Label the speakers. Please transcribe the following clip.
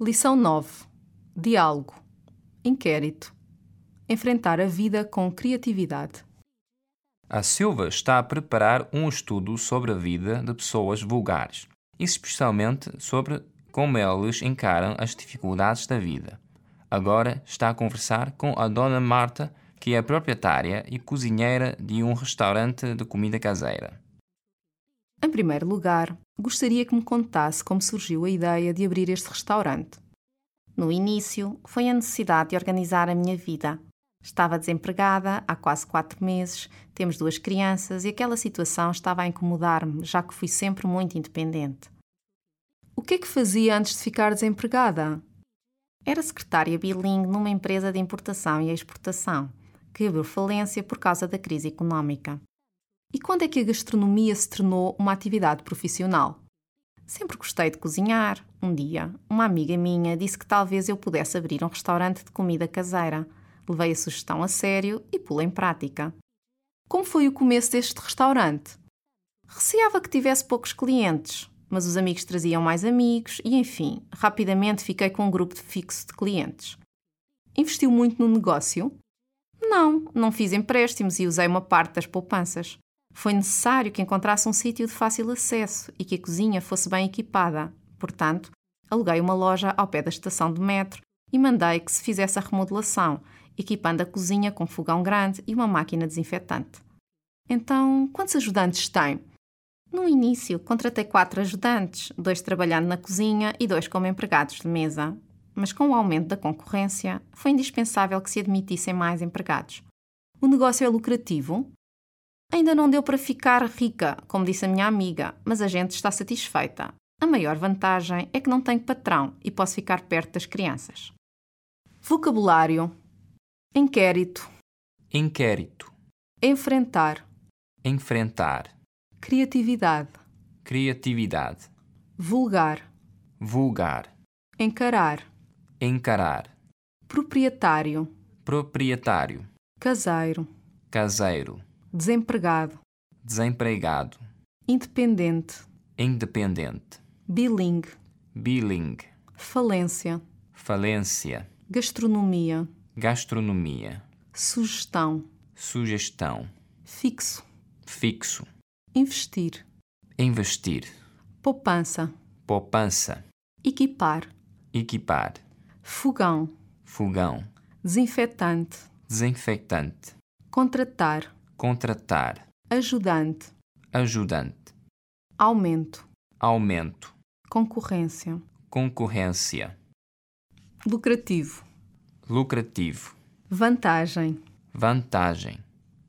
Speaker 1: Lição 9. Diálogo. Inquérito. Enfrentar a vida com criatividade.
Speaker 2: A Silva está a preparar um estudo sobre a vida de pessoas vulgares, especialmente sobre como eles encaram as dificuldades da vida. Agora está a conversar com a Dona Marta, que é proprietária e cozinheira de um restaurante de comida caseira.
Speaker 1: Em primeiro lugar, gostaria que me contasse como surgiu a ideia de abrir este restaurante.
Speaker 3: No início, foi a necessidade de organizar a minha vida. Estava desempregada há quase quatro meses, temos duas crianças e aquela situação estava a incomodar-me, já que fui sempre muito independente.
Speaker 1: O que é que fazia antes de ficar desempregada?
Speaker 3: Era secretária bilingue numa empresa de importação e exportação, que abriu falência por causa da crise económica.
Speaker 1: E quando é que a gastronomia se tornou uma atividade profissional?
Speaker 3: Sempre gostei de cozinhar. Um dia, uma amiga minha disse que talvez eu pudesse abrir um restaurante de comida caseira. Levei a sugestão a sério e pula em prática.
Speaker 1: Como foi o começo deste restaurante?
Speaker 3: Receava que tivesse poucos clientes, mas os amigos traziam mais amigos e, enfim, rapidamente fiquei com um grupo de fixo de clientes.
Speaker 1: Investiu muito no negócio?
Speaker 3: Não, não fiz empréstimos e usei uma parte das poupanças. Foi necessário que encontrasse um sítio de fácil acesso e que a cozinha fosse bem equipada. Portanto, aluguei uma loja ao pé da estação de metro e mandei que se fizesse a remodelação, equipando a cozinha com fogão grande e uma máquina desinfetante.
Speaker 1: Então, quantos ajudantes tem?
Speaker 3: No início, contratei quatro ajudantes, dois trabalhando na cozinha e dois como empregados de mesa. Mas com o aumento da concorrência, foi indispensável que se admitissem mais empregados.
Speaker 1: O negócio é lucrativo?
Speaker 3: Ainda não deu para ficar rica, como disse a minha amiga, mas a gente está satisfeita. A maior vantagem é que não tenho patrão e posso ficar perto das crianças.
Speaker 1: Vocabulário: inquérito,
Speaker 2: Inquérito.
Speaker 1: enfrentar,
Speaker 2: Enfrentar.
Speaker 1: criatividade,
Speaker 2: Criatividade.
Speaker 1: vulgar,
Speaker 2: Vulgar.
Speaker 1: encarar,
Speaker 2: Encarar.
Speaker 1: proprietário,
Speaker 2: Proprietário.
Speaker 1: caseiro,
Speaker 2: Caseiro.
Speaker 1: desempregado,
Speaker 2: Desempregado.
Speaker 1: independente,
Speaker 2: Independente.
Speaker 1: bilingue,
Speaker 2: Bilingue.
Speaker 1: falência,
Speaker 2: Falência.
Speaker 1: gastronomia,
Speaker 2: Gastronomia.
Speaker 1: sugestão,
Speaker 2: Sugestão.
Speaker 1: fixo,
Speaker 2: Fixo.
Speaker 1: investir,
Speaker 2: Investir.
Speaker 1: poupança,
Speaker 2: Poupança.
Speaker 1: equipar,
Speaker 2: Equipar.
Speaker 1: fogão,
Speaker 2: Fogão.
Speaker 1: desinfetante,
Speaker 2: Desinfectante.
Speaker 1: contratar,
Speaker 2: Contratar.
Speaker 1: ajudante,
Speaker 2: Ajudante.
Speaker 1: aumento,
Speaker 2: Aumento.
Speaker 1: concorrência,
Speaker 2: Concorrência.
Speaker 1: lucrativo,
Speaker 2: Lucrativo.
Speaker 1: vantagem.
Speaker 2: Vantagem.